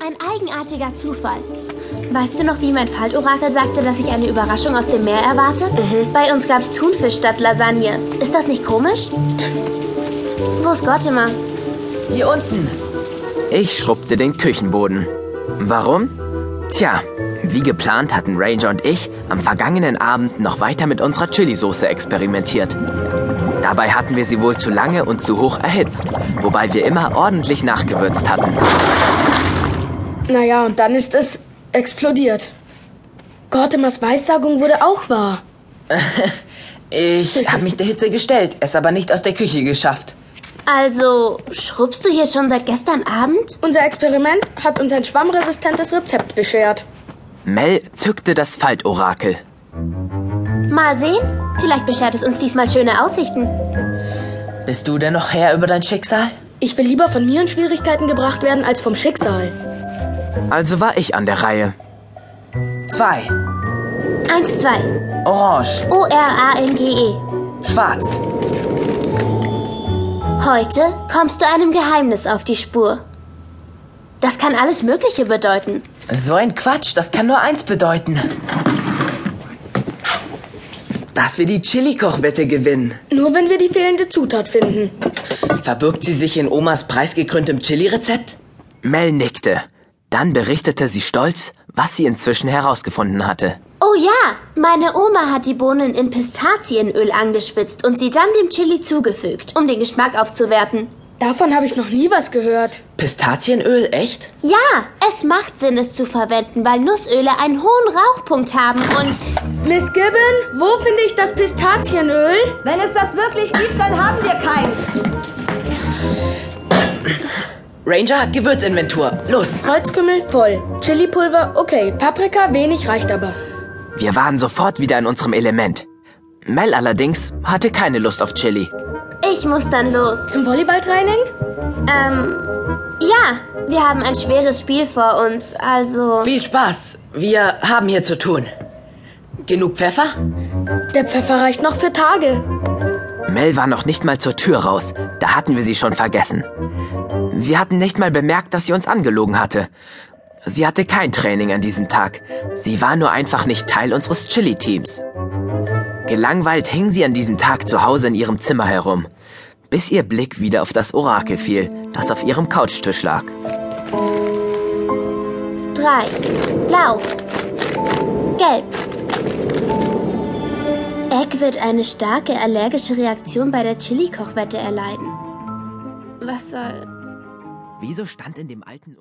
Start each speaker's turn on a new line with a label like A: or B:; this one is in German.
A: eigenartiger Zufall. Weißt du noch, wie mein Faltorakel sagte, dass ich eine Überraschung aus dem Meer erwarte? Bei uns gab's Thunfisch statt Lasagne. Ist das nicht komisch? Wo ist Gottimer?
B: Hier unten. Ich schrubbte den Küchenboden. Warum? Tja, wie geplant hatten Ranger und ich am vergangenen Abend noch weiter mit unserer Chili-Soße experimentiert. Dabei hatten wir sie wohl zu lange und zu hoch erhitzt, wobei wir immer ordentlich nachgewürzt hatten.
C: Naja, und dann ist es explodiert. Gortemers Weissagung wurde auch wahr.
D: Ich habe mich der Hitze gestellt, es aber nicht aus der Küche geschafft.
A: Also, schrubbst du hier schon seit gestern Abend?
C: Unser Experiment hat uns ein schwammresistentes Rezept beschert.
B: Mel zückte das Faltorakel.
A: Mal sehen. Vielleicht beschert es uns diesmal schöne Aussichten.
D: Bist du denn noch Herr über dein Schicksal?
C: Ich will lieber von mir in Schwierigkeiten gebracht werden als vom Schicksal.
B: Also war ich an der Reihe.
D: Zwei.
A: Eins, zwei.
D: Orange.
A: O-R-A-N-G-E.
D: Schwarz.
A: Heute kommst du einem Geheimnis auf die Spur. Das kann alles Mögliche bedeuten.
D: So ein Quatsch, das kann nur eins bedeuten. Dass wir die Chili-Kochwette gewinnen.
C: Nur wenn wir die fehlende Zutat finden.
D: Verbirgt sie sich in Omas preisgekröntem Chili-Rezept?
B: Mel nickte. Dann berichtete sie stolz, was sie inzwischen herausgefunden hatte.
A: Oh ja, meine Oma hat die Bohnen in Pistazienöl angeschwitzt und sie dann dem Chili zugefügt, um den Geschmack aufzuwerten.
C: Davon habe ich noch nie was gehört.
D: Pistazienöl, echt?
A: Ja, es macht Sinn, es zu verwenden, weil Nussöle einen hohen Rauchpunkt haben und
C: Miss Gibbon, wo finde ich das Pistazienöl?
E: Wenn es das wirklich gibt, dann haben wir keins.
D: Ranger hat Gewürzinventur. Los.
C: Holzkümmel voll. Chilipulver, okay. Paprika wenig reicht aber.
B: Wir waren sofort wieder in unserem Element. Mel allerdings hatte keine Lust auf Chili.
A: ich muss dann los.
C: Zum Volleyballtraining?
A: Ähm, ja, wir haben ein schweres Spiel vor uns, also.
D: Viel Spaß. Wir haben hier zu tun. Genug Pfeffer?
C: Der Pfeffer reicht noch für Tage.
B: Mel war noch nicht mal zur Tür raus, da hatten wir sie schon vergessen. Wir hatten nicht mal bemerkt, dass sie uns angelogen hatte. Sie hatte kein Training an diesem Tag. Sie war nur einfach nicht Teil unseres Chili-Teams. Gelangweilt hing sie an diesem Tag zu Hause in ihrem Zimmer herum, bis ihr Blick wieder auf das Orakel fiel, das auf ihrem Couchtisch lag.
A: Drei. Blau. Gelb. Egg wird eine starke allergische Reaktion bei der Chili-Kochwette erleiden. Was soll.
B: Wieso stand in dem alten...